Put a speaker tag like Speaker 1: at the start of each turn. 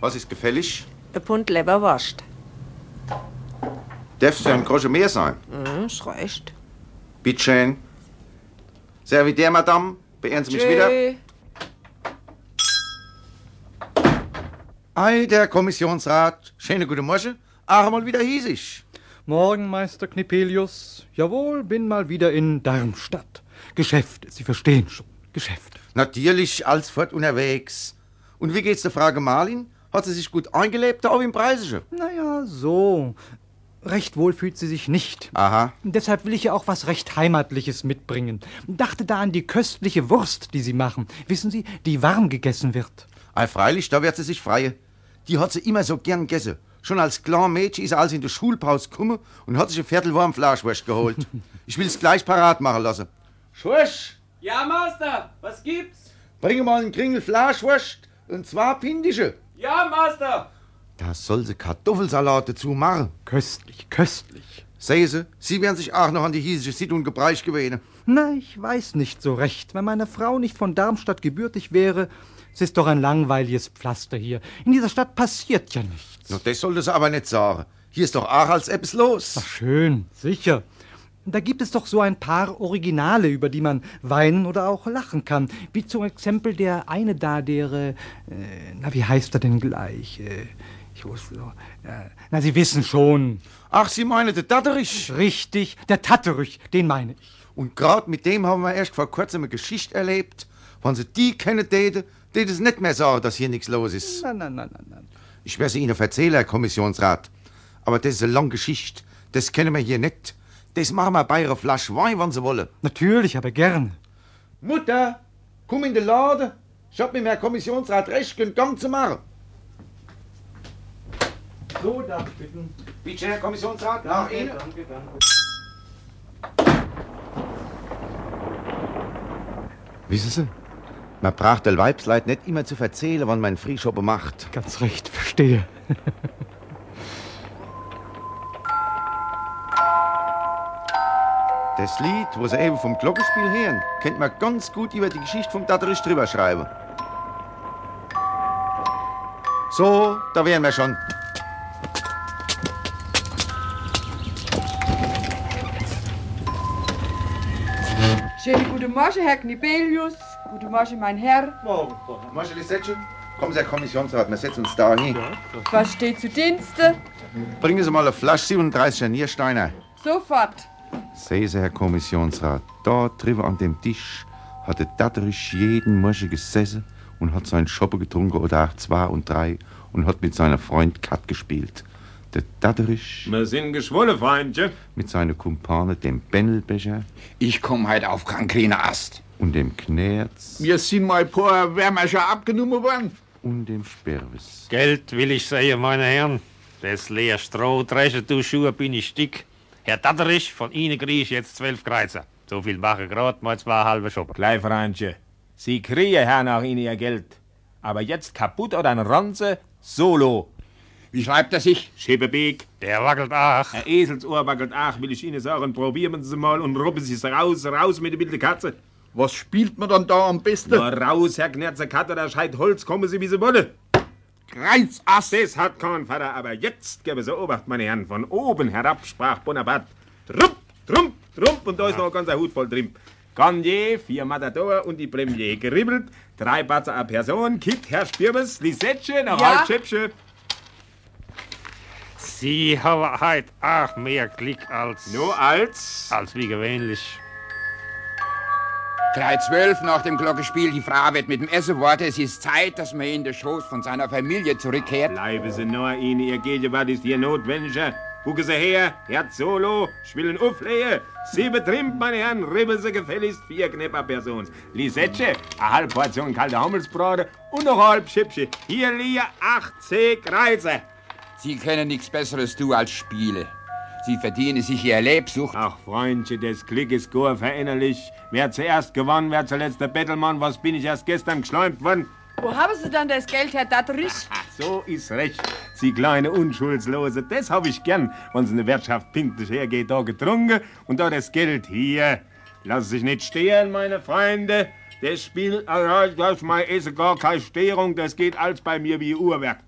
Speaker 1: Was ist gefällig?
Speaker 2: Ein Pfund Leberwurst.
Speaker 1: Darf's für einen Groschen mehr sein?
Speaker 2: Mhm, es reicht.
Speaker 1: Bitte schön. Serviteur, Madame, beehren Sie mich wieder.
Speaker 2: Tschö.
Speaker 1: Ei, der Kommissionsrat. Schöne gute Morgen. Ach, mal wieder hiesig.
Speaker 3: Morgen, Meister Knipelius. Jawohl, bin mal wieder in Darmstadt. Geschäft, Sie verstehen schon. Geschäft.
Speaker 1: Natürlich, als fort unterwegs. Und wie geht's der Frage Marlin? Hat sie sich gut eingelebt, auch im Preisischen?
Speaker 3: Naja, so. Recht wohl fühlt sie sich nicht.
Speaker 1: Aha.
Speaker 3: Deshalb will ich ihr auch was recht Heimatliches mitbringen. Dachte da an die köstliche Wurst, die sie machen. Wissen Sie, die warm gegessen wird.
Speaker 1: Ei, freilich, da wird sie sich freie. Die hat sie immer so gern gegessen. Schon als kleines Mädchen ist sie also in der Schulpause gekommen und hat sich ein Viertel warm Fleischwurst geholt. ich will's gleich parat machen lassen. Schwurst,
Speaker 4: Ja, Master, was gibt's?
Speaker 1: bringe mal einen Kringel Fleischwurst und zwar pindische.
Speaker 4: Ja, Master!
Speaker 1: Da soll sie Kartoffelsalat dazu machen.
Speaker 3: Köstlich, köstlich.
Speaker 1: Sehen Sie, Sie werden sich auch noch an die hiesische Sitte und Gebreich gewöhnen.
Speaker 3: Na, ich weiß nicht so recht. Wenn meine Frau nicht von Darmstadt gebürtig wäre, es ist doch ein langweiliges Pflaster hier. In dieser Stadt passiert ja nichts.
Speaker 1: Na, das sollte sie aber nicht sagen. Hier ist doch auch als etwas los.
Speaker 3: Schön, sicher. Da gibt es doch so ein paar Originale, über die man weinen oder auch lachen kann. Wie zum Exempel der eine da, der, äh, na, wie heißt er denn gleich? Äh, ich wusste so, äh, na, Sie wissen schon.
Speaker 1: Ach, Sie meinen den Datterich?
Speaker 3: Richtig, der Tatterich, den meine ich.
Speaker 1: Und gerade mit dem haben wir erst vor kurzem eine Geschichte erlebt. Wenn Sie die kennen täten, täte es nicht mehr sagen, dass hier nichts los ist.
Speaker 3: Nein, nein, nein, nein, nein.
Speaker 1: Ich werde sie Ihnen erzählen, Herr Kommissionsrat. Aber das ist eine lange Geschichte. Das kennen wir hier nicht. Das machen wir bei einer Flasche Wein, wenn Sie wollen.
Speaker 3: Natürlich, aber gern.
Speaker 1: Mutter, komm in den Laden. Ich hab mit dem Herr Kommissionsrat recht, könnt kommen zu machen.
Speaker 3: So, darf ich bitten.
Speaker 1: Bitte, Herr Kommissionsrat, nach Ihnen. Wissen Sie, man braucht der Weibsleid nicht immer zu erzählen, wann man Frieschoppe macht.
Speaker 3: Ganz recht, verstehe.
Speaker 1: Das Lied, was sie eben vom Glockenspiel hören, kennt man ganz gut über die Geschichte vom Tatterisch drüber schreiben. So, da wären wir schon.
Speaker 5: Schöne gute Morgen, Herr Knibelius. Gute Morgen, mein Herr.
Speaker 1: Marschall Lissetschen, kommen Sie, Herr Kommissionsrat, wir setzen uns da hin.
Speaker 5: Was steht zu Dienste?
Speaker 1: Bringen Sie mal eine Flasche 37 Scharniersteiner.
Speaker 5: Sofort.
Speaker 1: Sehen Sie, Herr Kommissionsrat, da drüben an dem Tisch hat der Tatterisch jeden Morgen gesessen und hat seinen Schoppe getrunken oder auch zwei und drei und hat mit seinem Freund Kat gespielt. Der Tatterisch
Speaker 6: Wir sind geschwolle, Freundchen.
Speaker 1: mit seinen Kumpane, dem Bennelbecher
Speaker 7: Ich komm heute auf keinen kleinen Ast.
Speaker 1: und dem Knerz
Speaker 7: Mir sind mal ein paar Wärmerscher abgenommen worden.
Speaker 1: und dem Sperwes.
Speaker 8: Geld will ich sehen, meine Herren. Hm, Das leer Stroh, Dresche, du Schuhe, bin ich dick. Herr Tatterich, von Ihnen kriege ich jetzt zwölf Kreuzer. So viel mache grad mal zwei halbe Schoppen.
Speaker 4: Gleich, Freundchen. Sie kriegen Herrn auch Ihnen Ihr Geld. Aber jetzt kaputt oder ein Ranze, solo.
Speaker 7: Wie schreibt er sich?
Speaker 6: Schippebeek,
Speaker 8: Der wackelt auch.
Speaker 6: ein Eselsohr wackelt ach, will ich Ihnen sagen, probieren Sie mal und robben Sie es raus, raus mit der wilden Katze.
Speaker 7: Was spielt man dann da am besten?
Speaker 6: Na raus, Herr Knerzer Katze, da scheit Holz, kommen Sie, wie Sie wollen.
Speaker 7: Kreizast.
Speaker 6: Das hat kein Vater, aber jetzt geben Sie Obacht, meine Herren. Von oben herab sprach Bonaparte. Trump, trump, trump und da ist noch ein ganzer Hut voll drin. Garnier, vier Matador und die Premier geribbelt, drei Batzer a Person, Kit, Herr Spirmes, Lisette, noch
Speaker 5: Ja.
Speaker 6: ja. Schäppchen.
Speaker 8: Sie haben heute auch mehr Glück als,
Speaker 6: Nur als...
Speaker 8: als wie gewöhnlich.
Speaker 7: Gleich zwölf nach dem Glockenspiel, die Frau wird mit dem Essen warten. Es ist Zeit, dass man in den Schoß von seiner Familie zurückkehrt.
Speaker 6: Bleiben Sie nur Ihnen, Ihr Gegenwart ist hier notwendiger. Gucken Sie her, Herz Solo, schwillen auflehe. Sie betrimmt, meine Herren, ribbeln Sie gefälligst vier Knepperpersonen. Lisette, eine halbe Portion kalte Hammelsbrate und noch ein halb Chipsche. Hier liegen 80 Reize.
Speaker 7: Sie können nichts Besseres tun als Spiele. Sie verdienen sich ihre Lebsucht.
Speaker 6: Ach, Freundchen, das Klick ist gar verinnerlich. Wer zuerst gewonnen, wer zuletzt der Bettelmann, was bin ich erst gestern geschleimt worden?
Speaker 5: Wo haben Sie dann das Geld, Herr Datterich?
Speaker 6: Ach, so ist recht. Sie kleine Unschuldslose, das hab ich gern, wenn's in der Wirtschaft pinklich hergeht, da getrunken und da das Geld hier. Lass sich nicht stehlen, meine Freunde. Das Spiel erreicht das mein Essen gar keine Stehrung, das geht alles bei mir wie Uhrwerk.